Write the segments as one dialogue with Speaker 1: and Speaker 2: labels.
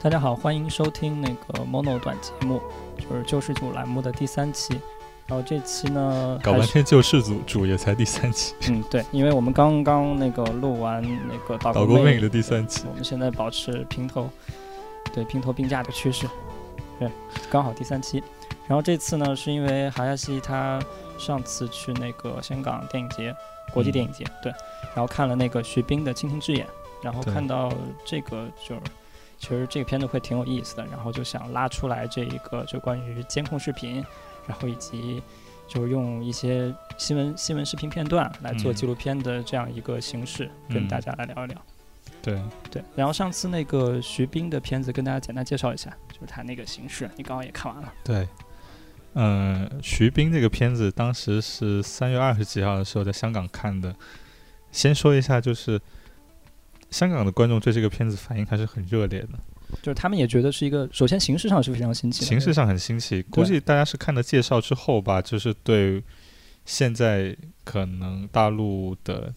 Speaker 1: 大家好，欢迎收听那个 Mono 短节目，就是救世主栏目的第三期。然后这期呢，
Speaker 2: 搞半
Speaker 1: 还是
Speaker 2: 天救世主主也才第三期，
Speaker 1: 嗯，对，因为我们刚刚那个录完那个导
Speaker 2: 导
Speaker 1: 购
Speaker 2: 购
Speaker 1: 妹
Speaker 2: 妹的第三期，
Speaker 1: 我们现在保持平头，对平头并驾的趋势，对，刚好第三期。然后这次呢，是因为哈亚西他上次去那个香港电影节，国际
Speaker 2: 嗯
Speaker 1: 电影节，对，然后看了那个徐冰的《蜻蜓之眼》，然后
Speaker 2: 对
Speaker 1: 看到这个就是。其实这个片子会挺有意思的，然后就想拉出来这一个就关于监控视频，然后以及就是用一些新闻新闻视频片段来做
Speaker 2: 嗯
Speaker 1: 纪录片的这样一个形式，跟
Speaker 2: 嗯
Speaker 1: 大家来聊一聊。
Speaker 2: 对，
Speaker 1: 对，然后上次那个徐冰的片子跟大家简单介绍一下，就是他那个形式，你刚刚也看完了。
Speaker 2: 对，嗯，徐冰这个片子当时是三月二十几号的时候在香港看的。先说一下，就是香港的观众对这个片子反应还是很热烈的，
Speaker 1: 就是他们也觉得是一个，首先形式上是非常新奇的，
Speaker 2: 形式上很新奇。估计大家是看了介绍之后吧，就是对现在可能大陆的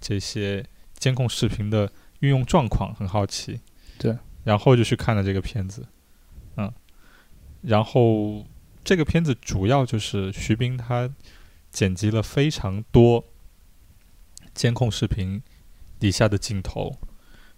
Speaker 2: 这些监控视频的运用状况很好奇，
Speaker 1: 对，
Speaker 2: 然后就去看了这个片子，嗯，然后这个片子主要就是徐冰他剪辑了非常多监控视频底下的镜头。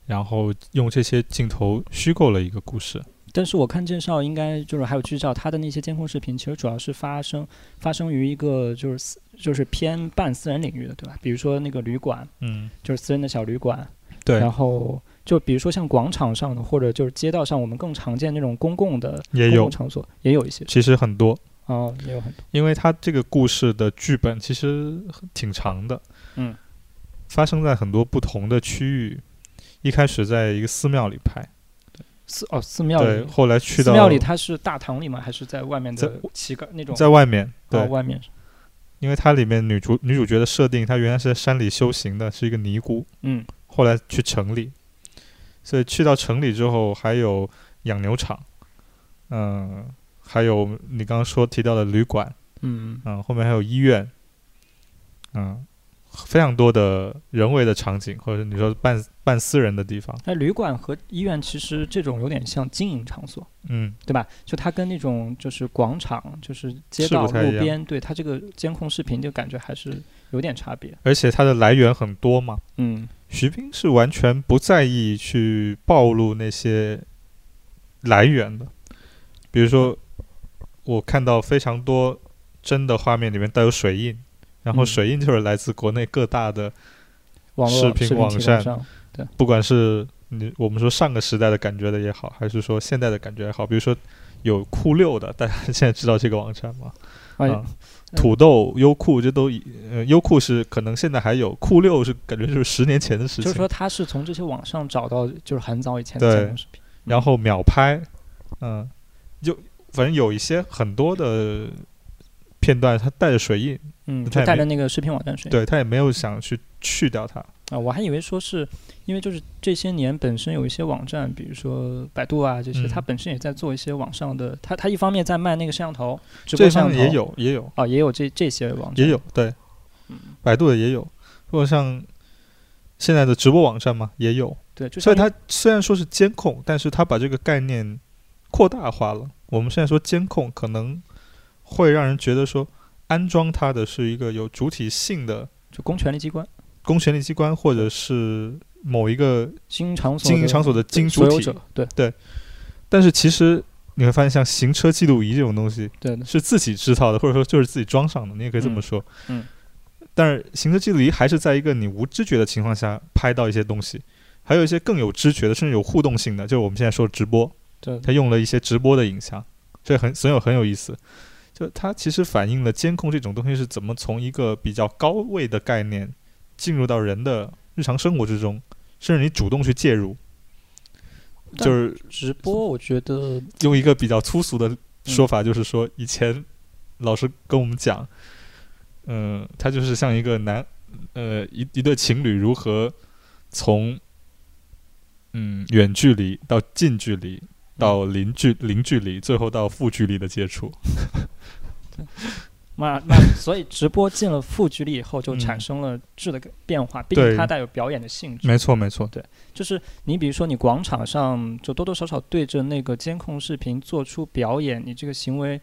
Speaker 2: 然后用这些镜头虚构了一个故事，
Speaker 1: 但是我看介绍应该就是还有剧照，他的那些监控视频其实主要是发生发生于一个就是私就是偏半私人领域的，对吧？比如说那个旅馆，
Speaker 2: 嗯，
Speaker 1: 就是私人的小旅馆，
Speaker 2: 对，
Speaker 1: 然后就比如说像广场上的或者就是街道上我们更常见那种公共的
Speaker 2: 也
Speaker 1: 公
Speaker 2: 有
Speaker 1: 共场所也有一些
Speaker 2: 其实很多，
Speaker 1: 哦，也有很多，
Speaker 2: 因为它这个故事的剧本其实很挺长的，
Speaker 1: 嗯，
Speaker 2: 发生在很多不同的区域。一开始在一个寺庙里拍，
Speaker 1: 寺哦寺庙
Speaker 2: 对，
Speaker 1: 里
Speaker 2: 后来去
Speaker 1: 寺
Speaker 2: 到
Speaker 1: 庙里，它是大堂里吗？还是在外面
Speaker 2: 在
Speaker 1: 的旗杆那种？
Speaker 2: 在外面，
Speaker 1: 啊
Speaker 2: 对，
Speaker 1: 外面。
Speaker 2: 因为它里面女主女主角的设定，她原来是在山里修行的，是一个尼姑，
Speaker 1: 嗯，
Speaker 2: 后来去城里，所以去到城里之后，还有养牛场，嗯，还有你刚刚说提到的旅馆，
Speaker 1: 嗯，
Speaker 2: 嗯，后面还有医院，嗯，非常多的人为的场景，或者你说半半私人的地方，
Speaker 1: 那旅馆和医院其实这种有点像经营场所，
Speaker 2: 嗯，
Speaker 1: 对吧？就它跟那种就是广场、就是街
Speaker 2: 是
Speaker 1: 道、
Speaker 2: 不太一
Speaker 1: 路
Speaker 2: 样
Speaker 1: 边，对它这个监控视频就感觉还是有点差别。
Speaker 2: 而且它的来源很多嘛。
Speaker 1: 嗯，
Speaker 2: 徐冰是完全不在意去暴露那些来源的，比如说我看到非常多真的画面里面带有水印，然后
Speaker 1: 嗯
Speaker 2: 水印就是来自国内各大的
Speaker 1: 网络
Speaker 2: 视频
Speaker 1: 频
Speaker 2: 网
Speaker 1: 提供
Speaker 2: 站
Speaker 1: 商，
Speaker 2: 不管是你我们说上个时代的感觉的也好，还是说现代的感觉也好，比如说有酷六的，大家现在知道这个网站吗？
Speaker 1: 哎，
Speaker 2: 啊土豆、优酷这都已，呃，优酷是可能现在还有，酷六是感觉就是十年前的事
Speaker 1: 就是
Speaker 2: 情。
Speaker 1: 说嗯它是从这些网上找到，就是很早以前的
Speaker 2: 对
Speaker 1: 监控视频。
Speaker 2: 然后秒拍，嗯、就反正有一些很多的片段，它带着水印，
Speaker 1: 嗯，
Speaker 2: 它
Speaker 1: 就
Speaker 2: 也
Speaker 1: 带
Speaker 2: 没
Speaker 1: 着那个视频网站水。
Speaker 2: 对，它也没有想去去掉它。
Speaker 1: 啊，我还以为说是因为就是这些年本身有一些网站，比如说百度啊这些，
Speaker 2: 嗯
Speaker 1: 它本身也在做一些网上的，它它一方面在卖那个摄像头，直播
Speaker 2: 这
Speaker 1: 摄
Speaker 2: 上
Speaker 1: 像头
Speaker 2: 面也有，也有。
Speaker 1: 哦，也有这这些网站
Speaker 2: 也有对，
Speaker 1: 嗯
Speaker 2: 百度的也有，或者像现在的直播网站嘛也有，
Speaker 1: 对，就
Speaker 2: 所以
Speaker 1: 像
Speaker 2: 它虽然说是监控，但是它把这个概念扩大化了。我们现在说监控，可能会让人觉得说安装它的是一个有主体性的
Speaker 1: 就公权力机关、
Speaker 2: 公权力机关，或者是某一个
Speaker 1: 经营场所、
Speaker 2: 经营场所的经
Speaker 1: 所
Speaker 2: 主
Speaker 1: 有
Speaker 2: 体，
Speaker 1: 者，对
Speaker 2: 但是其实。你会发现，像行车记录仪这种东西，
Speaker 1: 对对，
Speaker 2: 是自己制造的，或者说就是自己装上的，你也可以这么
Speaker 1: 嗯
Speaker 2: 说。
Speaker 1: 嗯
Speaker 2: 但是行车记录仪还是在一个你无知觉的情况下拍到一些东西，还有一些更有知觉的，甚至有互动性的，就是我们现在说的直播，
Speaker 1: 对
Speaker 2: 它用了一些直播的影像，这很很有很有意思。就它其实反映了监控这种东西是怎么从一个比较高位的概念进入到人的日常生活之中，甚至你主动去介入，
Speaker 1: 但
Speaker 2: 就是
Speaker 1: 直播，我觉 得
Speaker 2: 用一个比较粗俗的说法，就是说，以前老师跟我们讲，嗯、他就是像一个男，呃，一一对情侣如何从嗯远距离到近距离到零距零距离，最后到负距离的接触。
Speaker 1: 那那所以直播进了负距离以后，就
Speaker 2: 嗯
Speaker 1: 产生了质的变化，毕竟它
Speaker 2: 对
Speaker 1: 带有表演的性质。
Speaker 2: 没错没错，
Speaker 1: 就是你比如说，你广场上就多多少少对着那个监控视频做出表演，你这个行为，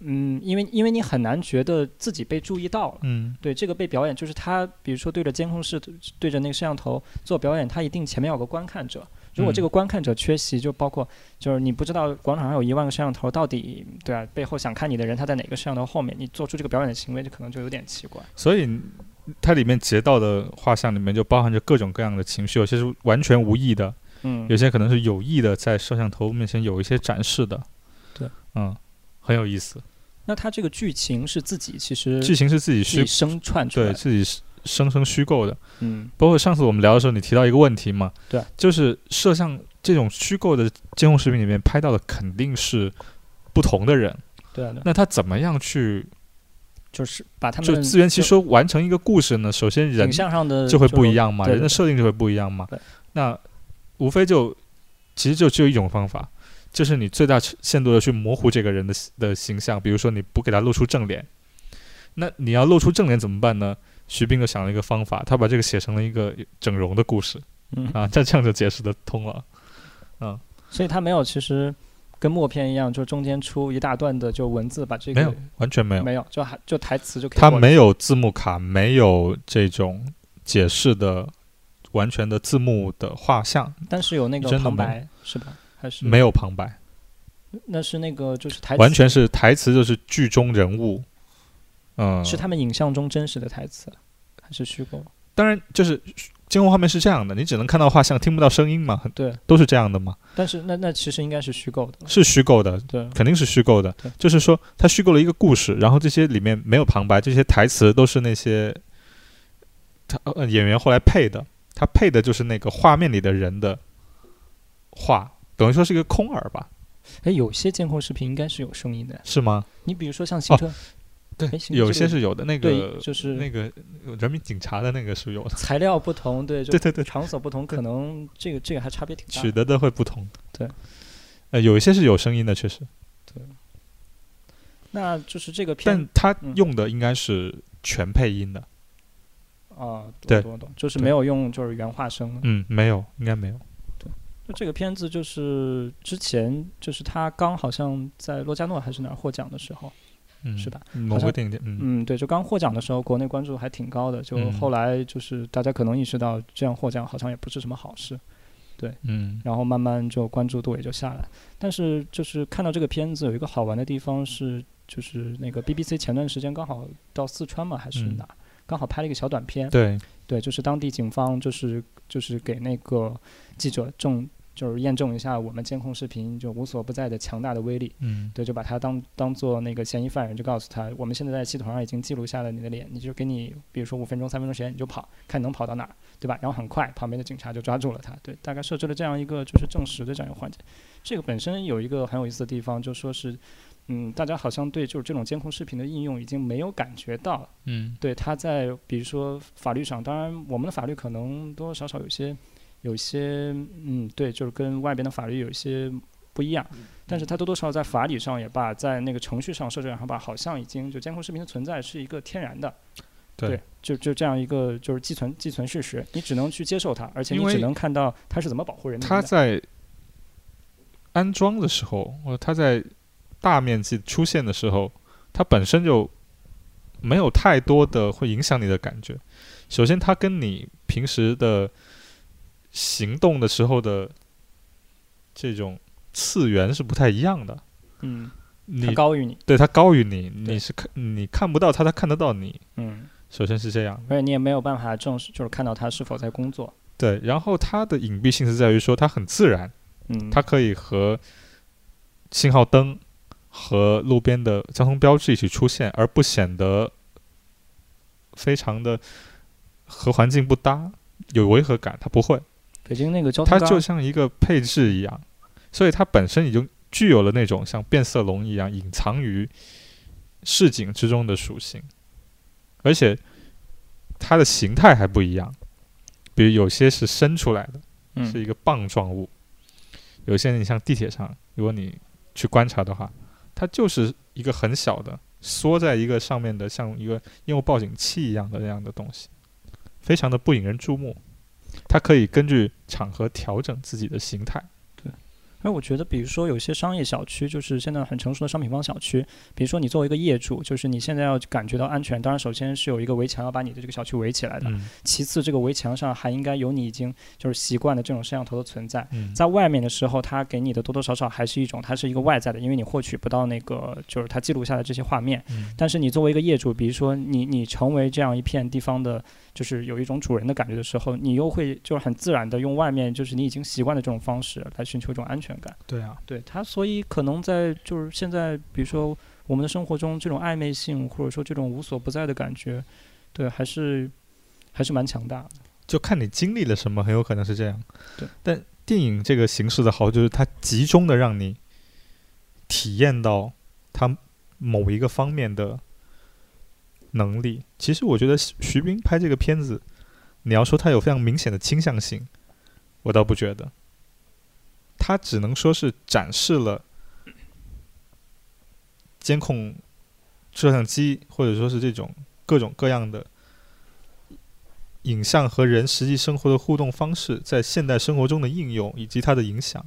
Speaker 1: 嗯，因为因为你很难觉得自己被注意到了。
Speaker 2: 嗯
Speaker 1: 对这个被表演，就是他，比如说对着监控室、对着那个摄像头做表演，他一定前面有个观看者。如
Speaker 2: 嗯
Speaker 1: 果这个观看者缺席，就包括就是你不知道广场上有一万个摄像头，到底对啊，背后想看你的人他在哪个摄像头后面，你做出这个表演的行为，就可能就有点奇怪。
Speaker 2: 所以它里面截到的画像里面就包含着各种各样的情绪，有些是完全无意的，
Speaker 1: 嗯
Speaker 2: 有，些可能是有意的在摄像头面前有一些展示的。
Speaker 1: 对，
Speaker 2: 嗯，很有意思，
Speaker 1: 那他这个剧情是自己其实
Speaker 2: 剧情是自己
Speaker 1: 自己
Speaker 2: 虚
Speaker 1: 生串出来
Speaker 2: 对
Speaker 1: 的，
Speaker 2: 自己生生虚构的。
Speaker 1: 嗯
Speaker 2: 包括上次我们聊的时候，你提到一个问题嘛，
Speaker 1: 对，啊
Speaker 2: 就是摄像这种虚构的监控视频里面拍到的肯定是不同的人，
Speaker 1: 对啊对啊，
Speaker 2: 那他怎么样去
Speaker 1: 就是把他们
Speaker 2: 就自圆其说完成一个故事呢？首先
Speaker 1: 就
Speaker 2: 人
Speaker 1: 影像上的
Speaker 2: 就会不一，样嘛，
Speaker 1: 对对
Speaker 2: 人的设定就会不一样嘛
Speaker 1: 对。
Speaker 2: 那无非就其实就只有一种方法，就是你最大限度的去模糊这个人的的形象，比如说你不给他露出正脸。那你要露出正脸怎么办呢？徐冰就想了一个方法，他把这个写成了一个整容的故事
Speaker 1: 嗯，
Speaker 2: 啊，这这样就解释得通了。
Speaker 1: 所以他没有其实跟默片一样，就中间出一大段的就文字把这个
Speaker 2: 没有，完全没有，
Speaker 1: 没有，就还就台词就可以
Speaker 2: 他
Speaker 1: 过
Speaker 2: 没有字幕卡，没有这种解释的完全的字幕的画像，
Speaker 1: 去，但是有那个
Speaker 2: 真的
Speaker 1: 旁
Speaker 2: 没
Speaker 1: 白是吧？还是
Speaker 2: 没有旁白。
Speaker 1: 有？那是那个就是台词，
Speaker 2: 完全是台词，就是剧中人物。嗯，
Speaker 1: 是他们影像中真实的台词，还是虚构？
Speaker 2: 当然就是监控画面是这样的，你只能看到画像，听不到声音嘛，很
Speaker 1: 对，
Speaker 2: 都是这样的嘛，
Speaker 1: 但是那那其实应该是虚构的，
Speaker 2: 是虚构的，
Speaker 1: 对，
Speaker 2: 肯定是虚构的
Speaker 1: 嗯对。
Speaker 2: 就是说，他虚构了一个故事，然后这些里面没有旁白，这些台词都是那些他、呃、演员后来配的，他配的就是那个画面里的人的话，等于说是一个空耳吧，
Speaker 1: 哎，有些监控视频应该是有声音的，
Speaker 2: 是吗？
Speaker 1: 你比如说像行车，
Speaker 2: 对
Speaker 1: 哎，行
Speaker 2: 有
Speaker 1: 这
Speaker 2: 些
Speaker 1: 个
Speaker 2: 是有的，哦那
Speaker 1: 对，
Speaker 2: 个
Speaker 1: 就是
Speaker 2: 那个人民警察的那个是有的，
Speaker 1: 材料不同，对，就
Speaker 2: 对对对。
Speaker 1: 场所不同，可能这个这个还差别挺大
Speaker 2: 取
Speaker 1: 的。
Speaker 2: 得的会不同。
Speaker 1: 啊对，
Speaker 2: 呃，有一些是有声音的，确实，
Speaker 1: 那就是这个片
Speaker 2: 但他
Speaker 1: 嗯
Speaker 2: 用的应该是全配音的。
Speaker 1: 啊，
Speaker 2: 对
Speaker 1: 懂懂懂，就是
Speaker 2: 对
Speaker 1: 没有用就是原话声的。
Speaker 2: 嗯，没有，应该没有。
Speaker 1: 就这个片子，就是之前就是他刚好像在洛迦诺还是哪儿获奖的时候，
Speaker 2: 嗯，
Speaker 1: 是吧？
Speaker 2: 某
Speaker 1: 好
Speaker 2: 个
Speaker 1: 像
Speaker 2: 电影节，嗯，
Speaker 1: 嗯，对，就刚获奖的时候，国内关注还挺高的。就
Speaker 2: 嗯
Speaker 1: 后来就是大家可能意识到这样获奖好像也不是什么好事，
Speaker 2: 嗯
Speaker 1: 然后慢慢就关注度也就下来。但是就是看到这个片子有一个好玩的地方是，就是那个 BBC 前段时间刚好到四川嘛还是
Speaker 2: 嗯
Speaker 1: 哪儿，刚好拍了一个小短片，
Speaker 2: 对，
Speaker 1: 对，就是当地警方就是就是给那个记者证，就是验证一下我们监控视频就无所不在的强大的威力。
Speaker 2: 嗯
Speaker 1: 对，就把他当当做那个嫌疑犯人，就告诉他，我们现在在系统上已经记录下了你的脸，你就给你，比如说五分钟、三分钟时间，你就跑，看你能跑到哪儿，对吧？然后很快，旁边的警察就抓住了他。对，大概设置了这样一个就是证实的这样一个环节。这个本身有一个很有意思的地方，就说是，嗯，大家好像对就是这种监控视频的应用已经没有感觉到了
Speaker 2: 嗯
Speaker 1: 对，他在比如说法律上，当然我们的法律可能多多少少有些有些嗯，对，就是跟外边的法律有一些不一样，但是他多多少少在法理上也罢，在那个程序上、设置上吧，好像已经就监控视频的存在是一个天然的。
Speaker 2: 对
Speaker 1: 就就这样一个就是寄存寄存事实，你只能去接受它，而且
Speaker 2: 因
Speaker 1: 你只
Speaker 2: 为
Speaker 1: 能看到它是怎么保护人民
Speaker 2: 他
Speaker 1: 的。
Speaker 2: 在安装的时候，或者他在大面积出现的时候，它本身就没有太多的会影响你的感觉。首先，它跟你平时的行动的时候的这种次元是不太一样的。
Speaker 1: 嗯，它
Speaker 2: 你
Speaker 1: 高于你，
Speaker 2: 对它高于你，
Speaker 1: 对
Speaker 2: 你是看你看不到它，它看得到你。
Speaker 1: 嗯，
Speaker 2: 首先是这样，
Speaker 1: 而且你也没有办法证实，就是看到它是否在工作。
Speaker 2: 对。然后它的隐蔽性是在于说它很自然，
Speaker 1: 嗯，
Speaker 2: 它可以和信号灯和路边的交通标志一起出现，而不显得非常的和环境不搭，有违和感。它不会，
Speaker 1: 北京那个交通
Speaker 2: 它
Speaker 1: 杆
Speaker 2: 就像一个配置一样，所以它本身已经具有了那种像变色龙一样隐藏于市井之中的属性，而且它的形态还不一样，比如有些是伸出来的。
Speaker 1: 嗯
Speaker 2: 是一个棒状物。有些你像地铁上，如果你去观察的话，它就是一个很小的缩在一个上面的像一个烟雾报警器一样的那样的东西，非常的不引人注目。它可以根据场合调整自己的形态。
Speaker 1: 而我觉得，比如说有些商业小区，就是现在很成熟的商品房小区，比如说你作为一个业主，就是你现在要感觉到安全，当然首先是有一个围墙要把你的这个小区围起来的，
Speaker 2: 嗯
Speaker 1: 其次这个围墙上还应该有你已经就是习惯的这种摄像头的存在。
Speaker 2: 嗯
Speaker 1: 在外面的时候，它给你的多多少少还是一种，它是一个外在的，因为你获取不到那个就是它记录下的这些画面。
Speaker 2: 嗯
Speaker 1: 但是你作为一个业主，比如说你你成为这样一片地方的，就是有一种主人的感觉的时候，你又会就是很自然的用外面就是你已经习惯的这种方式来寻求一种安全感。
Speaker 2: 对啊，
Speaker 1: 对它，所以可能在就是现在，比如说我们的生活中这种暧昧性，或者说这种无所不在的感觉，对，还是还是蛮强大的。
Speaker 2: 就看你经历了什么，很有可能是这样。
Speaker 1: 对，
Speaker 2: 但电影这个形式的好就是它集中的让你体验到它某一个方面的能力。其实我觉得徐徐冰拍这个片子，你要说他有非常明显的倾向性，我倒不觉得。他只能说是展示了监控摄像机，或者说是这种各种各样的影像和人实际生活的互动方式在现代生活中的应用以及它的影响。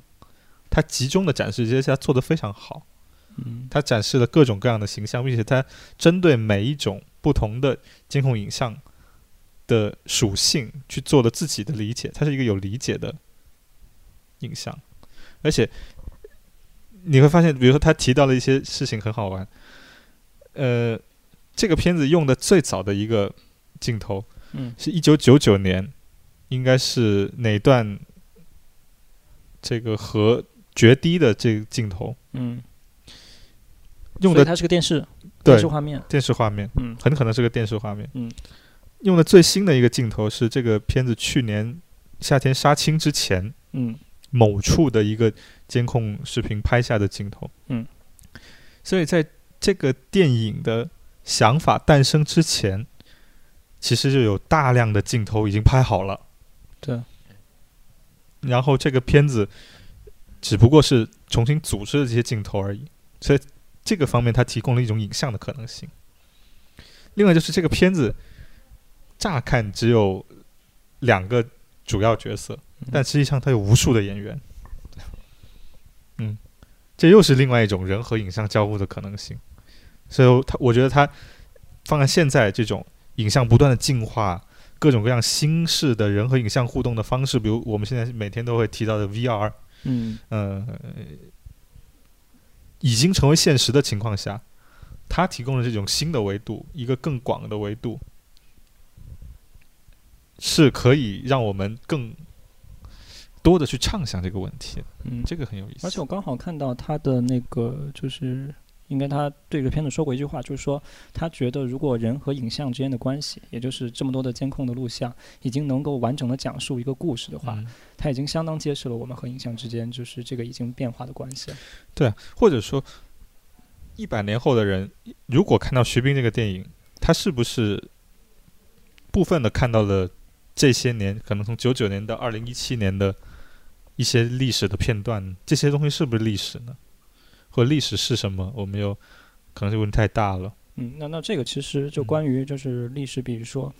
Speaker 2: 它集中的展示这些，它做得非常好。
Speaker 1: 嗯，
Speaker 2: 它展示了各种各样的形象，并且它针对每一种不同的监控影像的属性去做了自己的理解。它是一个有理解的影像，而且你会发现，比如说他提到了一些事情很好玩。呃，这个片子用的最早的一个镜头，
Speaker 1: 嗯
Speaker 2: 是一九九九年，应该是哪段这个河决堤的这个镜头
Speaker 1: 嗯，
Speaker 2: 用
Speaker 1: 所以
Speaker 2: 的
Speaker 1: 它是个电视电
Speaker 2: 对
Speaker 1: 视画面。
Speaker 2: 电视画面，
Speaker 1: 嗯
Speaker 2: 很可能是个电视画面。
Speaker 1: 嗯，
Speaker 2: 用的最新的一个镜头是这个片子去年夏天杀青之前
Speaker 1: 嗯
Speaker 2: 某处的一个监控视频拍下的镜头。
Speaker 1: 嗯，
Speaker 2: 所以在这个电影的想法诞生之前，其实就有大量的镜头已经拍好了。
Speaker 1: 对，
Speaker 2: 然后这个片子只不过是重新组织了这些镜头而已，所以这个方面它提供了一种影像的可能性。另外就是这个片子，乍看只有两个主要角色，但实际上它有无数的演员。嗯，这又是另外一种人和影像交互的可能性。所以它，我觉得它放在现在这种影像不断的进化，各种各样新式的人和影像互动的方式，比如我们现在每天都会提到的 VR，
Speaker 1: 嗯
Speaker 2: 呃，已经成为现实的情况下，它提供了这种新的维度，一个更广的维度，是可以让我们更多的去畅想这个问题的，
Speaker 1: 嗯，
Speaker 2: 这个很有意思。
Speaker 1: 而且我刚好看到他的那个，就是应该他对这个片子说过一句话，就是说他觉得如果人和影像之间的关系，也就是这么多的监控的录像，已经能够完整的讲述一个故事的话，
Speaker 2: 嗯
Speaker 1: 它已经相当揭示了我们和影像之间就是这个已经变化的关系了。
Speaker 2: 对啊，或者说，一百年后的人如果看到徐冰这个电影，他是不是部分的看到了这些年，可能从九九年到二零一七年的一些历史的片段，这些东西是不是历史呢？或历史是什么？我们又可能这个问题太大了。
Speaker 1: 嗯，那那这个其实
Speaker 2: 嗯
Speaker 1: 就关于就是历史，比如说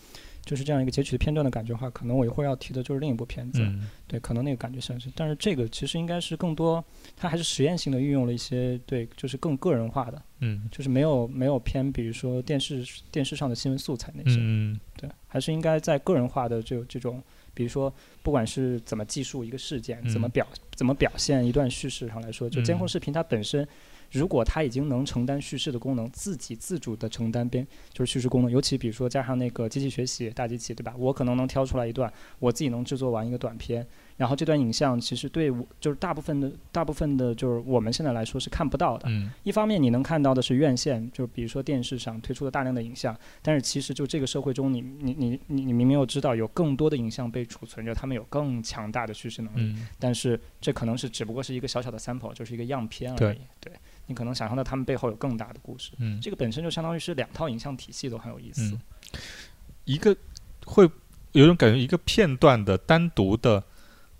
Speaker 1: 就是这样一个截取的片段的感觉的话，可能我一会儿要提的就是另一部片子，
Speaker 2: 嗯，
Speaker 1: 对，可能那个感觉像是，但是这个其实应该是更多，它还是实验性的运用了一些对，就是更个人化的。
Speaker 2: 嗯
Speaker 1: 就是没有没有偏，比如说电视电视上的新闻素材那些，
Speaker 2: 嗯
Speaker 1: 对，还是应该在个人化的这这种，比如说不管是怎么记述一个事件，怎么
Speaker 2: 嗯
Speaker 1: 表怎么表现一段叙事上来说，就监控
Speaker 2: 嗯
Speaker 1: 视频它本身，如果它已经能承担叙事的功能，自己自主的承担编就是叙事功能，尤其比如说加上那个机器学习大机器，对吧？我可能能挑出来一段，我自己能制作完一个短片。然后这段影像其实对我就是大部分的大部分的就是我们现在来说是看不到的，
Speaker 2: 嗯
Speaker 1: 一方面你能看到的是院线，就比如说电视上推出的大量的影像，但是其实就这个社会中你，你你你你明明又知道有更多的影像被储存着，他们有更强大的叙事能力，
Speaker 2: 嗯
Speaker 1: 但是这可能是只不过是一个小小的 sample，就是一个样片而已。
Speaker 2: 对
Speaker 1: 你可能想象到他们背后有更大的故事，
Speaker 2: 嗯，
Speaker 1: 这个本身就相当于是两套影像体系都很有意思。
Speaker 2: 嗯一个会有一种感觉，一个片段的单独的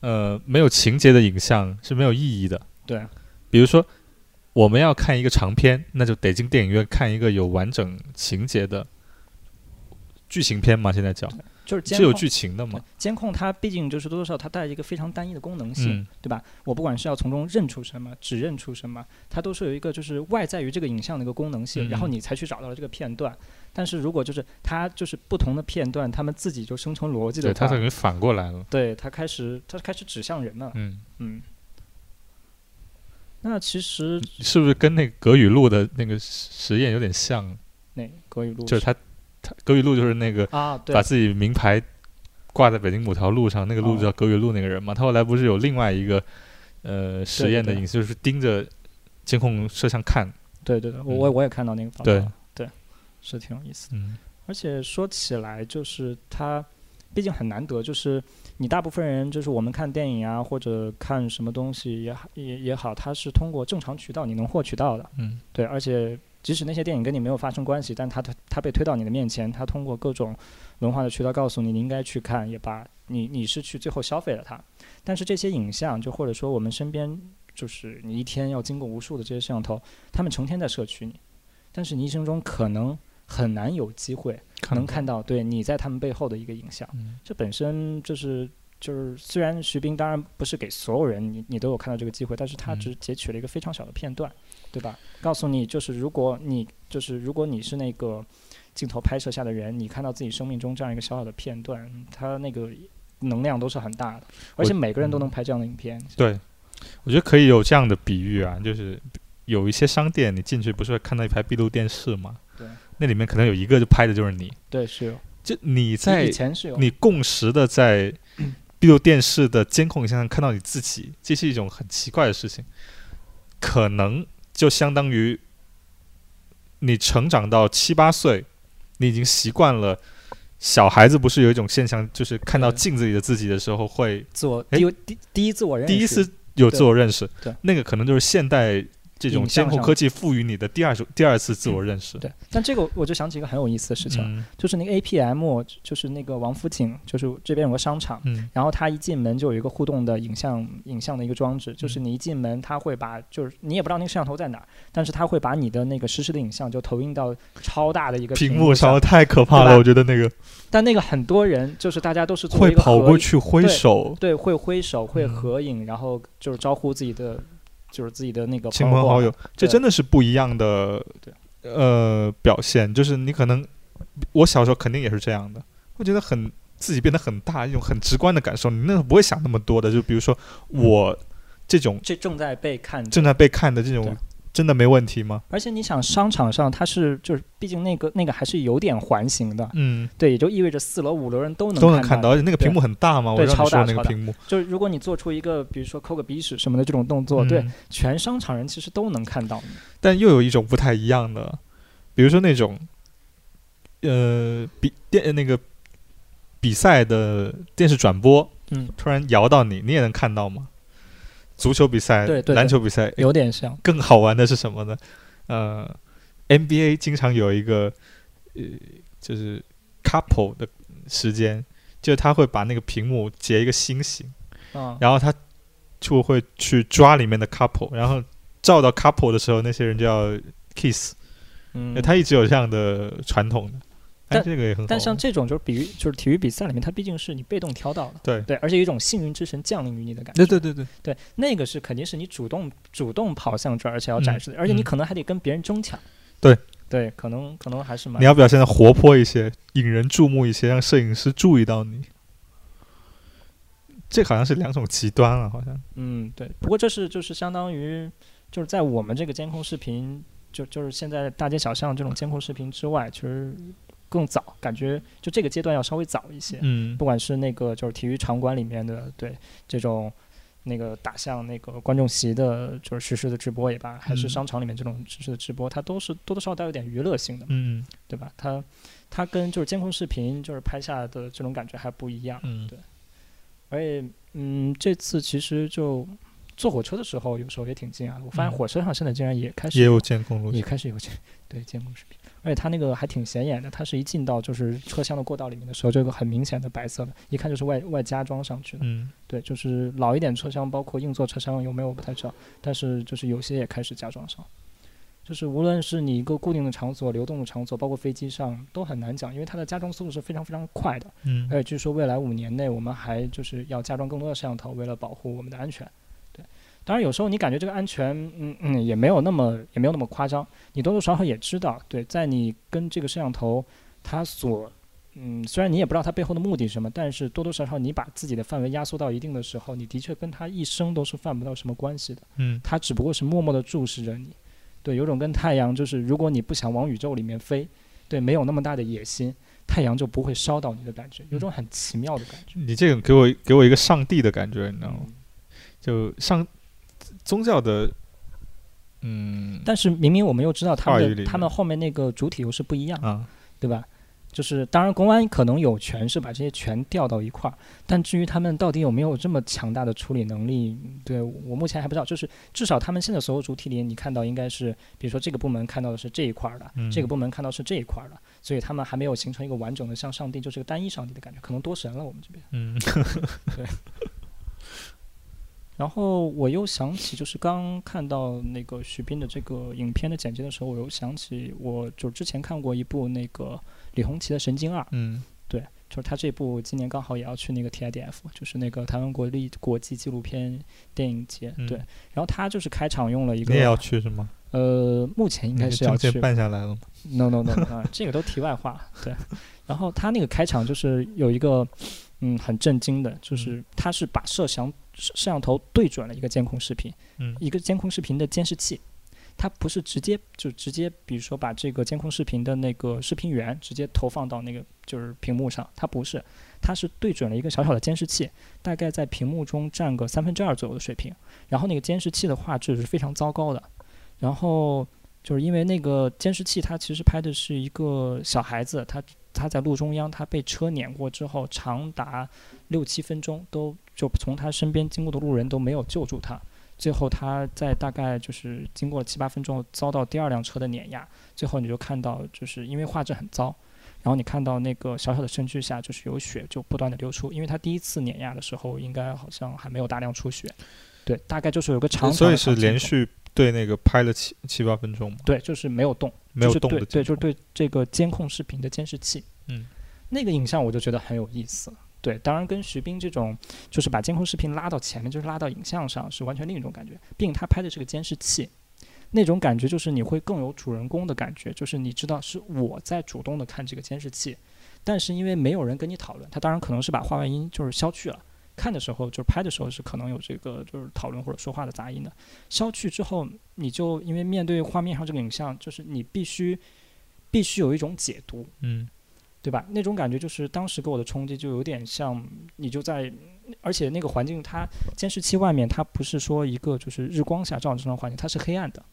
Speaker 2: 呃没有情节的影像是没有意义的。
Speaker 1: 对，啊
Speaker 2: 比如说我们要看一个长片，那就得进电影院看一个有完整情节的剧情片嘛。现在叫
Speaker 1: 就是监
Speaker 2: 是有
Speaker 1: 控
Speaker 2: 剧情的
Speaker 1: 对
Speaker 2: 嘛？
Speaker 1: 哦监控它毕竟就是多多少少它带一个非常单一的功能性，
Speaker 2: 嗯
Speaker 1: 对吧？我不管是要从中认出什么，指认出什么，它都是有一个就是外在于这个影像的一个功能性，然后
Speaker 2: 嗯
Speaker 1: 你才去找到了这个片段。但是如果就是它就是不同的片段，他们自己就生成逻辑的
Speaker 2: 对，它
Speaker 1: 话，
Speaker 2: 等于反过来了。
Speaker 1: 对它开始它开始指向人了，
Speaker 2: 嗯，嗯
Speaker 1: 嗯。那其实
Speaker 2: 是不是跟那个葛雨露的那个实实验有点像？
Speaker 1: 那葛雨露
Speaker 2: 就是他他葛雨露就是那个
Speaker 1: 啊，对
Speaker 2: 把自己名牌挂在北京五条路上，那个路
Speaker 1: 哦
Speaker 2: 叫葛雨露那个人嘛。他后来不是有另外一个呃实验的
Speaker 1: 对
Speaker 2: 影子，就是盯着监控摄像看。
Speaker 1: 对对对，我我我也看到那个报道
Speaker 2: 嗯对
Speaker 1: 了，对，是挺有意思的。
Speaker 2: 嗯
Speaker 1: 而且说起来，就是它，毕竟很难得，就是你大部分人，就是我们看电影啊，或者看什么东西也好，也也好，它是通过正常渠道你能获取到的，
Speaker 2: 嗯，
Speaker 1: 对。而且即使那些电影跟你没有发生关系，但它它被推到你的面前，它通过各种文化的渠道告诉你你应该去看，也把你你是去最后消费了它。但是这些影像，就或者说我们身边，就是你一天要经过无数的这些摄像头，他们成天在摄取你，但是你一生中可能很难有机会。能看到对你在他们背后的一个影响。
Speaker 2: 嗯
Speaker 1: 这本身就是就是，虽然徐冰当然不是给所有人你你都有看到这个机会，但是他
Speaker 2: 嗯
Speaker 1: 只截取了一个非常小的片段，对吧？告诉你就是如果你就是如果你是那个镜头拍摄下的人，你看到自己生命中这样一个小小的片段，它那个能量都是很大的，而
Speaker 2: 我
Speaker 1: 且每个人都
Speaker 2: 嗯
Speaker 1: 能拍这样的影片。
Speaker 2: 对，我觉得可以有这样的比喻啊，就是有一些商店，你进去不是会看到一排闭路电视吗？
Speaker 1: 对，
Speaker 2: 那里面可能有一个就拍的就是你，
Speaker 1: 对，是有。
Speaker 2: 就你在
Speaker 1: 以前是有，
Speaker 2: 你共识的在闭路电视的监控影像上看到你自己，这是一种很奇怪的事情，可能就相当于你成长到七八岁，你已经习惯了。小孩子不是有一种现象，就是看到
Speaker 1: 对
Speaker 2: 镜子里的自己的时候会
Speaker 1: 自我
Speaker 2: 哎
Speaker 1: 第一第第一自我认识，
Speaker 2: 第一次有自我认识
Speaker 1: 对，
Speaker 2: 那个可能就是现代这种
Speaker 1: 影像
Speaker 2: 监控
Speaker 1: 上嗯
Speaker 2: 科技赋予你的第二种第二次自我认识。
Speaker 1: 对。但这个我就想起一个很有意思的事情，
Speaker 2: 嗯
Speaker 1: 就是那个 APM，就是那个王府井，就是这边有个商场，
Speaker 2: 嗯
Speaker 1: 然后它一进门就有一个互动的影像影像的一个装置，
Speaker 2: 嗯
Speaker 1: 就是你一进门，它会把就是你也不知道那个摄像头在哪儿，但是它会把你的那个实时的影像就投影到超大的一个
Speaker 2: 屏
Speaker 1: 幕
Speaker 2: 幕
Speaker 1: 上。
Speaker 2: 上太可怕
Speaker 1: 对吧
Speaker 2: 了，我觉得那个
Speaker 1: 但那个很多人就是大家都是作为
Speaker 2: 会
Speaker 1: 一个
Speaker 2: 跑
Speaker 1: 合
Speaker 2: 过
Speaker 1: 影，
Speaker 2: 去挥
Speaker 1: 对
Speaker 2: 手，
Speaker 1: 对，会挥手，会
Speaker 2: 嗯
Speaker 1: 合影，然后就是招呼自己的就是自己的那个
Speaker 2: 亲
Speaker 1: 朋
Speaker 2: 朋
Speaker 1: 或
Speaker 2: 好友，这
Speaker 1: 对
Speaker 2: 真的是不一样的
Speaker 1: 对
Speaker 2: 呃表现。就是你可能我小时候肯定也是这样的，我觉得很自己变得很大，一种很直观的感受，你那个不会想那么多的。就比如说我这种
Speaker 1: 这正在被看着
Speaker 2: 正在被看的这
Speaker 1: 对
Speaker 2: 种，真的没问题吗？
Speaker 1: 而且你想，商场上它是就是，毕竟那个那个还是有点环形的，
Speaker 2: 嗯，
Speaker 1: 对，也就意味着四楼、五楼人都能
Speaker 2: 都能
Speaker 1: 看
Speaker 2: 看到，而且那个屏幕很大嘛，我
Speaker 1: 对
Speaker 2: 让
Speaker 1: 超
Speaker 2: 你
Speaker 1: 大
Speaker 2: 说那
Speaker 1: 超
Speaker 2: 个
Speaker 1: 大
Speaker 2: 屏幕，
Speaker 1: 就是如果你做出一个，比如说抠个鼻屎什么的这种动作，对
Speaker 2: 嗯，
Speaker 1: 全商场人其实都能看到你。
Speaker 2: 但又有一种不太一样的，比如说那种，呃，比电那个比赛的电视转播，
Speaker 1: 嗯，
Speaker 2: 突然摇到你，你也能看到吗？足球比赛、
Speaker 1: 对对
Speaker 2: 篮
Speaker 1: 对
Speaker 2: 球比赛，
Speaker 1: 有点像，
Speaker 2: 更好玩的是什么呢？呃，NBA 经常有一个呃，就是 couple 的时间，就是他会把那个屏幕结一个心形。
Speaker 1: 嗯，
Speaker 2: 然后他就会去抓里面的 couple，然后照到 couple 的时候，那些人就要 kiss，、
Speaker 1: 嗯
Speaker 2: 他一直有这样的传统的。哎，
Speaker 1: 但
Speaker 2: 这个也很好玩。
Speaker 1: 但像这种就是比喻，就是体育比赛里面，它毕竟是你被动挑到的，
Speaker 2: 对
Speaker 1: 对，而且有一种幸运之神降临于你的感觉。
Speaker 2: 对对对对，
Speaker 1: 对，那个是肯定是你主动主动跑向这儿，而且要
Speaker 2: 嗯
Speaker 1: 展示的，而且你
Speaker 2: 嗯
Speaker 1: 可能还得跟别人争抢。
Speaker 2: 对
Speaker 1: 对，可能可能还是蛮
Speaker 2: 你要表现的活泼一些，引人注目一些，让摄影师注意到你。这好像是两种极端了，好像。
Speaker 1: 嗯，对。不过这是就是相当于就是在我们这个监控视频，就就是现在大街小巷这种监控视频之外，其实更早，感觉就这个阶段要稍微早一些。
Speaker 2: 嗯
Speaker 1: 不管是那个就是体育场馆里面的对这种那个打向那个观众席的，就是实时的直播也罢，还是
Speaker 2: 嗯
Speaker 1: 商场里面这种实时的直播，它都是多多少少带有点娱乐性的嘛，
Speaker 2: 嗯
Speaker 1: 对吧？它它跟就是监控视频就是拍下的这种感觉还不一样。
Speaker 2: 嗯
Speaker 1: 对而且，嗯，这次其实就坐火车的时候，有时候也挺惊讶的。我发现
Speaker 2: 嗯
Speaker 1: 火车上现在竟然也开始
Speaker 2: 也有监控录
Speaker 1: 也
Speaker 2: 像。
Speaker 1: 开始有监对监控视频，而且它那个还挺显眼的，它是一进到就是车厢的过道里面的时候，就有个很明显的白色的，一看就是外外加装上去的。
Speaker 2: 嗯
Speaker 1: 对，就是老一点车厢，包括硬座车厢有没有我不太知道，但是就是有些也开始加装上。就是无论是你一个固定的场所、流动的场所，包括飞机上都很难讲，因为它的加装速度是非常非常快的。
Speaker 2: 嗯
Speaker 1: 而且据说未来五年内，我们还就是要加装更多的摄像头，为了保护我们的安全。对，当然有时候你感觉这个安全，嗯嗯，也没有那么也没有那么夸张，你多多少少也知道，对，在你跟这个摄像头它所，嗯，虽然你也不知道它背后的目的是什么，但是多多少少你把自己的范围压缩到一定的时候，你的确跟它一生都是犯不到什么关系的。
Speaker 2: 嗯
Speaker 1: 它只不过是默默地注视着你。对，有种跟太阳，就是如果你不想往宇宙里面飞，对，没有那么大的野心，太阳就不会烧到你的感觉，有
Speaker 2: 嗯
Speaker 1: 种很奇妙的感觉。
Speaker 2: 你这个给我给我一个上帝的感觉，你知道吗？
Speaker 1: 嗯
Speaker 2: 就上宗教的，嗯
Speaker 1: 但是明明我们又知道他
Speaker 2: 话语
Speaker 1: 们
Speaker 2: 里
Speaker 1: 的
Speaker 2: 面
Speaker 1: 他们后面那个主体又是不一样，
Speaker 2: 啊，
Speaker 1: 对吧？就是当然，公安可能有权是把这些全调到一块儿，但至于他们到底有没有这么强大的处理能力，对我目前还不知道。就是至少他们现在所有主体里，你看到应该是，比如说这个部门看到的是这一块儿的，
Speaker 2: 嗯
Speaker 1: 这个部门看到是这一块儿的，所以他们还没有形成一个完整的像上帝就是个单一上帝的感觉，可能多神了我们这边。
Speaker 2: 嗯
Speaker 1: 然后我又想起，就是刚看到那个徐斌的这个影片的简介的时候，我又想起，我就之前看过一部那个李红旗的《神经二》，
Speaker 2: 嗯
Speaker 1: 对，就是他这部今年刚好也要去那个 TIDF，就是那个台湾国立国际纪录片电影节，
Speaker 2: 嗯
Speaker 1: 对。然后他就是开场用了一
Speaker 2: 你也要
Speaker 1: 个，
Speaker 2: 去是吗？
Speaker 1: 呃，目前应该
Speaker 2: 你
Speaker 1: 是
Speaker 2: 证
Speaker 1: 要
Speaker 2: 件
Speaker 1: 去
Speaker 2: 办下来了吗？
Speaker 1: No no no，no, 啊，这个都题外话。对，然后他那个开场就是有一个，嗯，很震惊的，
Speaker 2: 嗯
Speaker 1: 就是他是把摄像摄摄像头对准了一个监控视频，
Speaker 2: 嗯
Speaker 1: 一个监控视频的监视器，它不是直接就直接，比如说把这个监控视频的那个视频源直接投放到那个就是屏幕上，它不是，它是对准了一个小小的监视器，大概在屏幕中占个三分之二左右的水平，然后那个监视器的画质是非常糟糕的，然后。就是因为那个监视器，它其实拍的是一个小孩子，他他在路中央，他被车碾过之后，长达六七分钟都就从他身边经过的路人都没有救助他。最后他在大概就是经过了七八分钟后，遭到第二辆车的碾压。最后你就看到，就是因为画质很糟，然后你看到那个小小的身躯下就是有血就不断的流出，因为他第一次碾压的时候应该好像还没有大量出血。对，大概就是有个长长的
Speaker 2: 所
Speaker 1: 长镜
Speaker 2: 以是
Speaker 1: 头
Speaker 2: 连续对那个拍了七七八分钟吗？
Speaker 1: 对，就是没有动。
Speaker 2: 没有
Speaker 1: 就是
Speaker 2: 动
Speaker 1: 对
Speaker 2: 的
Speaker 1: 对，
Speaker 2: 镜
Speaker 1: 就是
Speaker 2: 头
Speaker 1: 对这个监控视频的监视器，
Speaker 2: 嗯，
Speaker 1: 那个影像我就觉得很有意思。对，当然跟徐冰这种就是把监控视频拉到前面，就是拉到影像上，是完全另一种感觉。毕竟他拍的是个监视器，那种感觉就是你会更有主人公的感觉，就是你知道是我在主动的看这个监视器，但是因为没有人跟你讨论，他当然可能是把话外音就是消去了。看的时候就是拍的时候是可能有这个就是讨论或者说话的杂音的，消去之后，你就因为面对画面上这个影像，就是你必须必须有一种解读，
Speaker 2: 嗯
Speaker 1: 对吧？那种感觉就是当时给我的冲击，就有点像你就在，而且那个环境它监视器外面它不是说一个就是日光下照这种环境，它是黑暗的，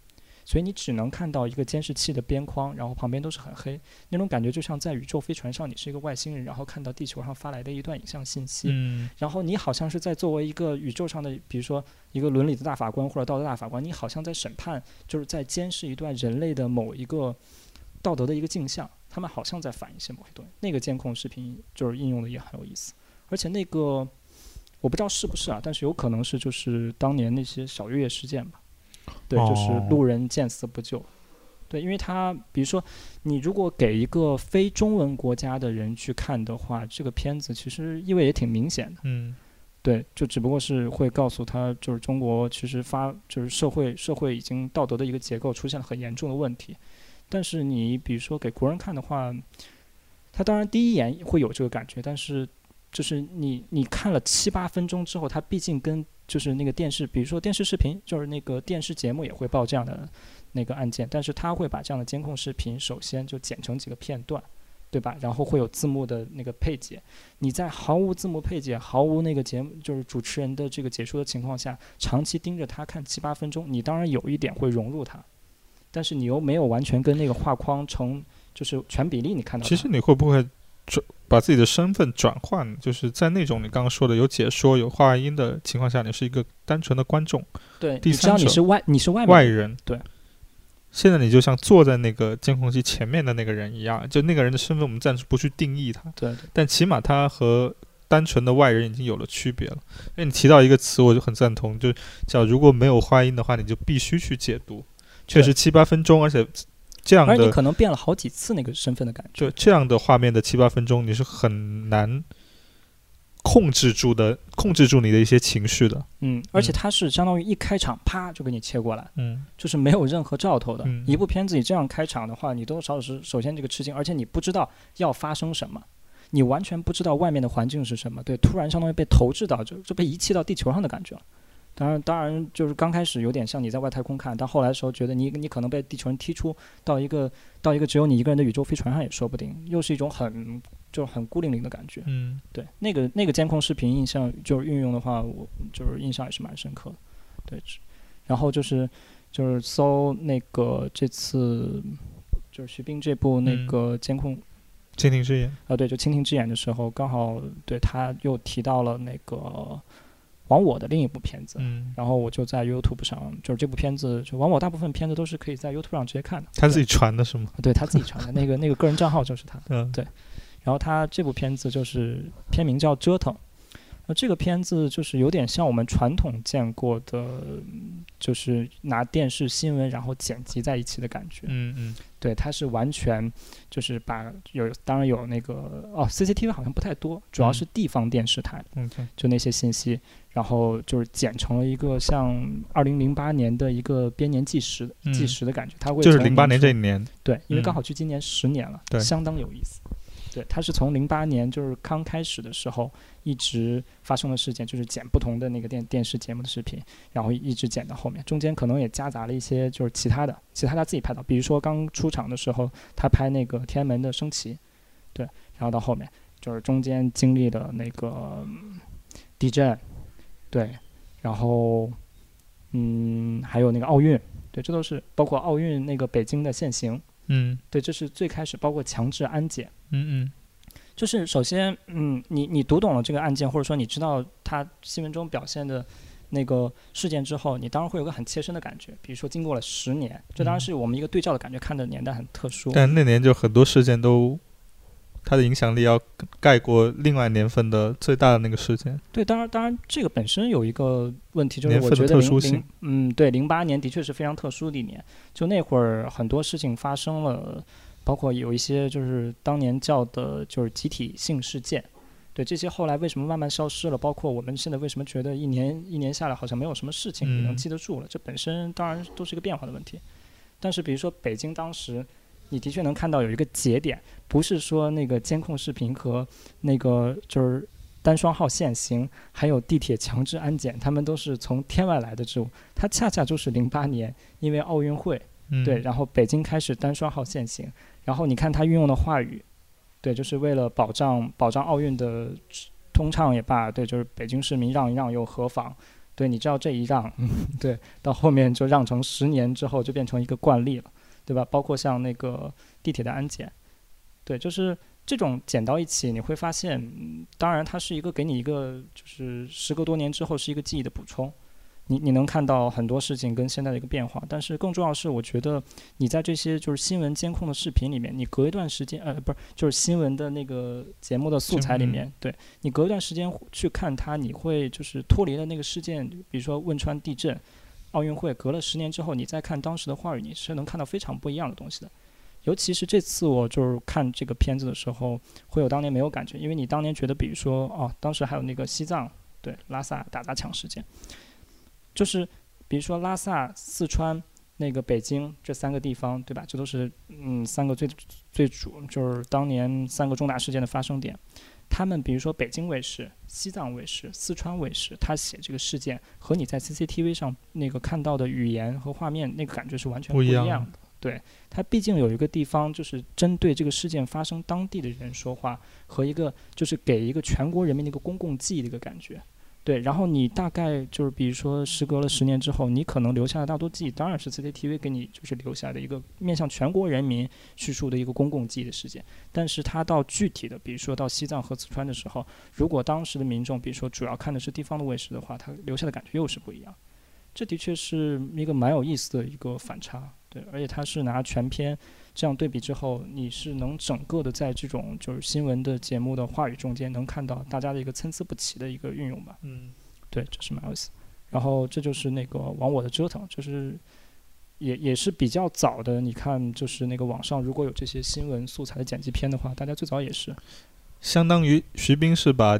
Speaker 1: 所以你只能看到一个监视器的边框，然后旁边都是很黑，那种感觉就像在宇宙飞船上你是一个外星人，然后看到地球上发来的一段影像信息，
Speaker 2: 嗯
Speaker 1: 然后你好像是在作为一个宇宙上的，比如说一个伦理的大法官或者道德大法官，你好像在审判，就是在监视一段人类的某一个道德的一个镜像，他们好像在反映一些某些东西。那个监控视频就是应用的也很有意思，而且那个我不知道是不是啊，但是有可能是就是当年那些小月夜事件吧，对，就是
Speaker 2: 哦
Speaker 1: 路人见死不救。对，因为他比如说，你如果给一个非中文国家的人去看的话，这个片子其实意味也挺明显的。
Speaker 2: 嗯
Speaker 1: 对，就只不过是会告诉他，就是中国其实发就是社会社会已经道德的一个结构出现了很严重的问题。但是你比如说给国人看的话，他当然第一眼会有这个感觉，但是就是你你看了七八分钟之后，他毕竟跟就是那个电视，比如说电视视频，就是那个电视节目也会报这样的那个案件，但是他会把这样的监控视频首先就剪成几个片段，对吧？然后会有字幕的那个配解，你在毫无字幕配解、毫无那个节目就是主持人的这个解说的情况下，长期盯着他看七八分钟，你当然有一点会融入他，但是你又没有完全跟那个画框成就是全比例，你看到他
Speaker 2: 其实你会不会转把自己的身份转换？就是在那种你刚刚说的有解说、有话外音的情况下，你是一个单纯的观众、
Speaker 1: 对，
Speaker 2: 第
Speaker 1: 你知道
Speaker 2: 三
Speaker 1: 你
Speaker 2: 者
Speaker 1: 是外你是外面
Speaker 2: 外
Speaker 1: 人
Speaker 2: 人。
Speaker 1: 对，
Speaker 2: 现在你就像坐在那个监控器前面的那个人一样，就那个人的身份我们暂时不去定义他，
Speaker 1: 对对，
Speaker 2: 但起码他和单纯的外人已经有了区别了。因为你提到一个词，我就很赞同，就叫如果没有话音的话，你就必须去解读，确实七八分钟，而且这样
Speaker 1: 而你
Speaker 2: 的
Speaker 1: 可能变了好几次那个身份的感
Speaker 2: 就
Speaker 1: 觉，
Speaker 2: 这样的画面的七八分钟，你是很难控制住的，控制住你的一些情绪的。
Speaker 1: 嗯，而且它是相当于一开场啪就给你切过来，
Speaker 2: 嗯
Speaker 1: 就是没有任何兆头的。
Speaker 2: 嗯
Speaker 1: 一部片子你这样开场的话，你多少是首先这个吃惊，而且你不知道要发生什么，你完全不知道外面的环境是什么，对，突然相当于被投掷到就就被遗弃到地球上的感觉了。当然，当然就是刚开始有点像你在外太空看，但后来的时候觉得你你可能被地球人踢出到一个到一个只有你一个人的宇宙飞船上也说不定，又是一种很就是很孤零零的感觉。
Speaker 2: 嗯，
Speaker 1: 对，那个那个监控视频印象就是运用的话，我就是印象也是蛮深刻的。对，只然后就是就是搜那个这次就是徐冰这部那
Speaker 2: 嗯
Speaker 1: 个监控、
Speaker 2: 蜻蜓之眼，
Speaker 1: 啊，对，就《蜻蜓之眼》的时候，刚好对他又提到了那个王我的另一部片子。
Speaker 2: 嗯，
Speaker 1: 然后我就在 YouTube 上，就是这部片子，就王我大部分片子都是可以在 YouTube 上直接看的。
Speaker 2: 他自
Speaker 1: 己
Speaker 2: 己传的是吗？
Speaker 1: 对他自己传的，那个那个个人账号就是他。
Speaker 2: 嗯，
Speaker 1: 对然后他这部片子就是片名叫《折腾》，那这个片子就是有点像我们传统见过的，嗯就是拿电视新闻然后剪辑在一起的感觉。
Speaker 2: 嗯嗯，
Speaker 1: 对，它是完全就是把有当然有那个哦，CCTV 好像不太多，主
Speaker 2: 嗯
Speaker 1: 要是地方电视台、
Speaker 2: OK，
Speaker 1: 就那些信息，然后就是剪成了一个像二零零八年的一个编年纪实、
Speaker 2: 嗯
Speaker 1: 纪实的感觉。它会
Speaker 2: 就是
Speaker 1: 从
Speaker 2: 零八
Speaker 1: 年
Speaker 2: 年
Speaker 1: 初
Speaker 2: 这一年，
Speaker 1: 对，因为刚
Speaker 2: 嗯
Speaker 1: 好距今年十年了，
Speaker 2: 对
Speaker 1: 相当有意思。对，它是从零八年就是刚开始的时候，一直发生的事件，就是剪不同的那个电电视节目的视频，然后一直剪到后面，中间可能也夹杂了一些就是其他的，其他他自己拍到，比如说刚出场的时候，他拍那个天安门的升旗，对，然后到后面就是中间经历了那个嗯地震，对，然后嗯还有那个奥运，对，这都是包括奥运那个北京的限行，
Speaker 2: 嗯
Speaker 1: 对，这是最开始包括强制安检，
Speaker 2: 嗯嗯
Speaker 1: 就是首先，嗯，你你读懂了这个案件，或者说你知道它新闻中表现的那个事件之后，你当然会有个很切身的感觉。比如说，经过了十年，这当然
Speaker 2: 嗯
Speaker 1: 是我们一个对照的感觉，看的年代很特殊。
Speaker 2: 但那年就很多事件都，它的影响力要盖过另外年份的最大的那个事件。
Speaker 1: 对，当然，当然，这个本身有一个问题，就是
Speaker 2: 年
Speaker 1: 我
Speaker 2: 份
Speaker 1: 觉
Speaker 2: 的
Speaker 1: 得
Speaker 2: 特
Speaker 1: 零
Speaker 2: 殊性
Speaker 1: 零，嗯，对，零八年的确是非常特殊的一年，就那会儿很多事情发生了，包括有一些就是当年叫的就是集体性事件，对这些后来为什么慢慢消失了，包括我们现在为什么觉得一年一年下来好像没有什么事情你能
Speaker 2: 嗯
Speaker 1: 记得住了，这本身当然都是一个变化的问题，但是比如说北京当时。你的确能看到有一个节点，不是说那个监控视频和那个就是单双号限行，还有地铁强制安检，他们都是从天外来的之物。它恰恰就是零八年，因为奥运会，
Speaker 2: 嗯，
Speaker 1: 对，然后北京开始单双号限行，然后你看它运用的话语，对，就是为了保障保障奥运的通畅也罢，对，就是北京市民让一让又何妨？对，你知道这一让， 对，到后面就让成十年之后就变成一个惯例了，对吧？包括像那个地铁的安检，对，就是这种剪到一起，你会发现，嗯当然它是一个给你一个就是时隔多年之后是一个记忆的补充，你你能看到很多事情跟现在的一个变化，但是更重要的是，我觉得你在这些就是新闻监控的视频里面，你隔一段时间，呃，不是，就是新闻的那个节目的嗯素材里面，对你隔一段时间去看它，你会就是脱离了那个事件，比如说汶川地震。奥运会隔了十年之后，你再看当时的话语，你是能看到非常不一样的东西的。尤其是这次我就是看这个片子的时候，会有当年没有感觉，因为你当年觉得，比如说哦，当时还有那个西藏对拉萨打砸抢事件，就是比如说拉萨、四川、那个北京这三个地方，对吧？这都是嗯三个最最主，就是当年三个重大事件的发生点。他们比如说北京卫视、西藏卫视、四川卫视，他写这个事件和你在 CCTV 上那个看到的语言和画面那个感觉是完全
Speaker 2: 不一
Speaker 1: 一
Speaker 2: 样
Speaker 1: 样的。对，它毕竟有一个地方就是针对这个事件发生当地的人说话，和一个就是给一个全国人民的一个公共记忆的一个感觉。对，然后你大概就是，比如说，时隔了十年之后，你可能留下的大多记忆，当然是 CCTV 给你就是留下的一个面向全国人民叙述的一个公共记忆的事件。但是它到具体的，比如说到西藏和四川的时候，如果当时的民众，比如说主要看的是地方的卫视的话，它留下的感觉又是不一样。这的确是一个蛮有意思的一个反差。对，而且它是拿全篇这样对比之后，你是能整个的在这种就是新闻的节目的话语中间能看到大家的一个参差不齐的一个运用吧。
Speaker 2: 嗯
Speaker 1: 对，这是 Miles。然后这就是那个《往我的折腾》，就是也也是比较早的。你看，就是那个网上如果有这些新闻素材的剪辑片的话，大家最早也是
Speaker 2: 相当于徐冰是把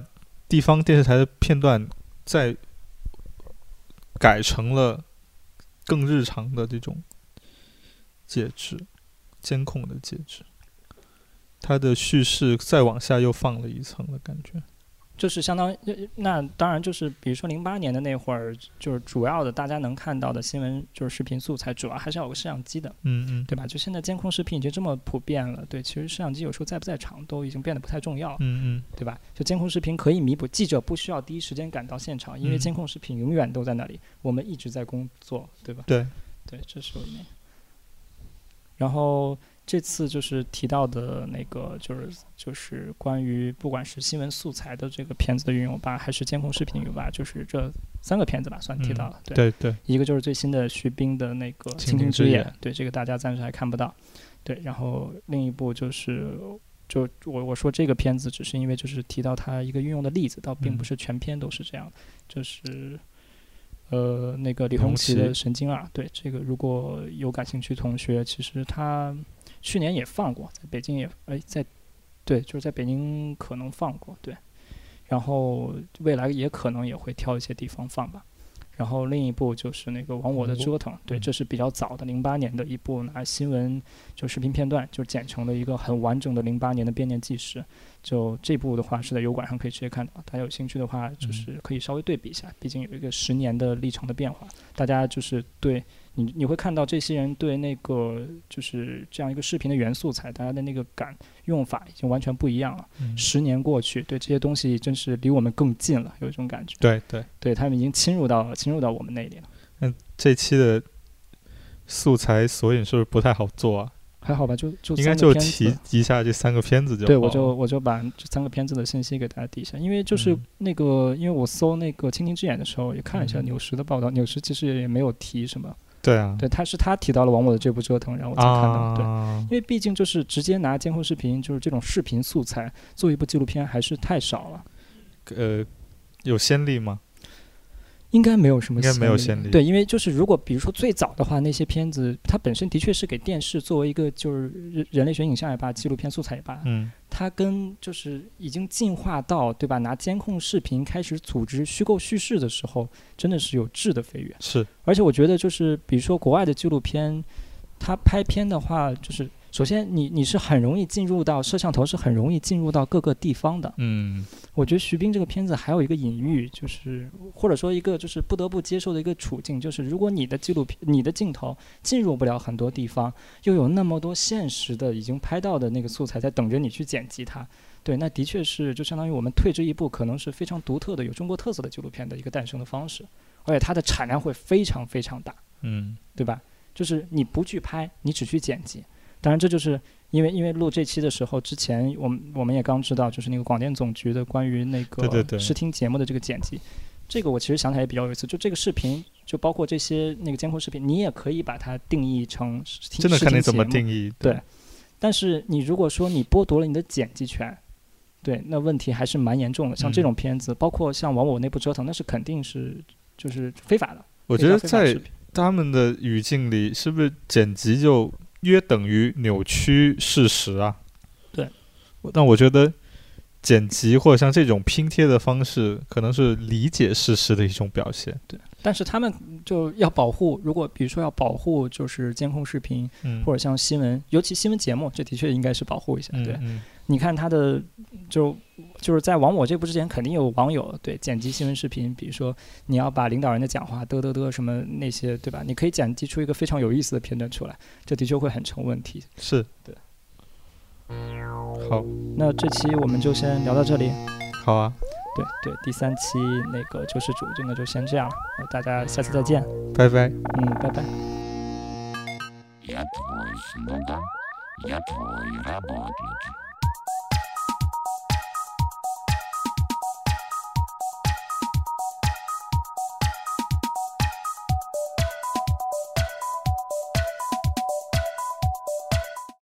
Speaker 2: 地方电视台的片段再改成了更日常的这种介质，监控的介质。它的叙事再往下又放了一层的感觉。
Speaker 1: 就是相当于那当然就是，比如说零八年的那会儿，就是主要的大家能看到的新闻就是视频素材，主要还是要有个摄像机的，
Speaker 2: 嗯嗯，
Speaker 1: 对吧？就现在监控视频已经这么普遍了，对，其实摄像机有时候在不在场都已经变得不太重要了，
Speaker 2: 嗯
Speaker 1: 对吧？就监控视频可以弥补记者不需要第一时间赶到现场，因为
Speaker 2: 嗯
Speaker 1: 监控视频永远都在那里，我们一直在工作，对吧？
Speaker 2: 对，
Speaker 1: 对，这是我那。然后这次就是提到的那个，就是就是关于不管是新闻素材的这个片子的运用吧，还是监控视频的运用吧，就是这三个片子吧，算提到了。
Speaker 2: 嗯，对对，
Speaker 1: 一个就是最新的徐冰的那个《
Speaker 2: 蜻
Speaker 1: 蜻
Speaker 2: 蜓
Speaker 1: 蜓之
Speaker 2: 之夜
Speaker 1: 夜》，对这个大家暂时还看不到。对，然后另一部就是，就我我说这个片子，只是因为就是提到它一个运用的例子，倒并
Speaker 2: 嗯
Speaker 1: 不是全篇都是这样的，就是。呃，那个李
Speaker 2: 李红
Speaker 1: 红旗
Speaker 2: 旗
Speaker 1: 的《神经二》，对这个如果有感兴趣的同学，其实他去年也放过，在北京也哎在，对，就是在北京可能放过，对，然后未来也可能也会挑一些地方放吧。然后另一部就是那个《往我的
Speaker 2: 往我
Speaker 1: 折腾》，对，
Speaker 2: 嗯
Speaker 1: 这是比较早的零八年的一部拿新闻就视频片段就剪成了一个很完整的零八年的编年纪实。就这部的话是在油管上可以直接看到，大家有兴趣的话就是可以稍微对比一下，毕竟有一个十年的历程的变化，大家就是对你你会看到这些人对那个就是这样一个视频的元素材，大家的那个感用法已经完全不一样了。
Speaker 2: 嗯
Speaker 1: 十年过去，对这些东西真是离我们更近了，有一种感觉。
Speaker 2: 对对。
Speaker 1: 对他们已经侵入到侵入到我们那里了，
Speaker 2: 那这期的素材索引是不是不太好做啊？
Speaker 1: 还好吧？就就
Speaker 2: 应该
Speaker 1: 三个
Speaker 2: 就
Speaker 1: 片子
Speaker 2: 提一下这三个片子就好了。
Speaker 1: 对，我就我就把这三个片子的信息给大家递一下，因为就是
Speaker 2: 嗯
Speaker 1: 那个，因为我搜那个《蜻蜓之眼》的时候也看了一下
Speaker 2: 嗯
Speaker 1: 纽时的报道，纽时其实也没有提什么，
Speaker 2: 对啊，
Speaker 1: 对，他是他提到了王我的这部折腾，然后我才看到，对。
Speaker 2: 啊，
Speaker 1: 因为毕竟就是直接拿监控视频，就是这种视频素材做一部纪录片还是太少了，
Speaker 2: 呃，有先例吗？
Speaker 1: 应该没有什么，
Speaker 2: 应该没有先例
Speaker 1: 对，因为就是如果比如说最早的话，那些片子它本身的确是给电视作为一个就是人人类学影像也罢，纪录片素材也罢，
Speaker 2: 嗯，
Speaker 1: 它跟就是已经进化到对吧？拿监控视频开始组织虚构叙事的时候，真的是有质的飞跃。
Speaker 2: 是，
Speaker 1: 而且我觉得就是比如说国外的纪录片，它拍片的话，就是首先你你是很容易进入到摄像头是很容易进入到各个地方的。
Speaker 2: 嗯，
Speaker 1: 我觉得徐冰这个片子还有一个隐喻，就是或者说一个就是不得不接受的一个处境，就是如果你的纪录片、你的镜头进入不了很多地方，又有那么多现实的已经拍到的那个素材在等着你去剪辑它，对，那的确是就相当于我们退之一步，可能是非常独特的、有中国特色的纪录片的一个诞生的方式，而且它的产量会非常非常大。
Speaker 2: 嗯，
Speaker 1: 对吧？就是你不去拍，你只去剪辑。当然，这就是因为因为录这期的时候之前，我们我们也刚知道，就是那个广电总局的关于那
Speaker 2: 对对
Speaker 1: 个
Speaker 2: 对
Speaker 1: 视听节目的这个剪辑，这个我其实想起来也比较有意思。就这个视频，就包括这些那个监控视频，你也可以把它定义成视听
Speaker 2: 真的看你怎么。
Speaker 1: 视听节目
Speaker 2: 定义。
Speaker 1: 对但是你如果说你剥夺了你的剪辑权，对，那问题还是蛮严重的。
Speaker 2: 嗯
Speaker 1: 像这种片子，包括像往我内部折腾，那是肯定是就是非法的。
Speaker 2: 我
Speaker 1: 非
Speaker 2: 觉
Speaker 1: 法
Speaker 2: 得
Speaker 1: 非法视
Speaker 2: 在
Speaker 1: 频
Speaker 2: 他们的语境里，是不是剪辑就约等于扭曲事实啊？
Speaker 1: 对
Speaker 2: 我，但我觉得剪辑或者像这种拼贴的方式，可能是理解事实的一种表现。
Speaker 1: 但是他们就要保护，如果比如说要保护就是监控视频
Speaker 2: 嗯，
Speaker 1: 或者像新闻，尤其新闻节目，这的确应该是保护一下。
Speaker 2: 嗯
Speaker 1: 对，
Speaker 2: 嗯
Speaker 1: 你看他的就就是在往我这部之前，肯定有网友对剪辑新闻视频，比如说你要把领导人的讲话嘚嘚嘚什么那些，对吧？你可以剪辑出一个非常有意思的片段出来，这的确会很成问题。
Speaker 2: 是，
Speaker 1: 对。
Speaker 2: 好，
Speaker 1: 那这期我们就先聊到这里。
Speaker 2: 好啊，
Speaker 1: 对对，第三期那个救世主，那就先这样了，大家下次再见。
Speaker 2: 拜拜。
Speaker 1: 嗯，拜拜。
Speaker 3: Я твой слуга, я твой работник.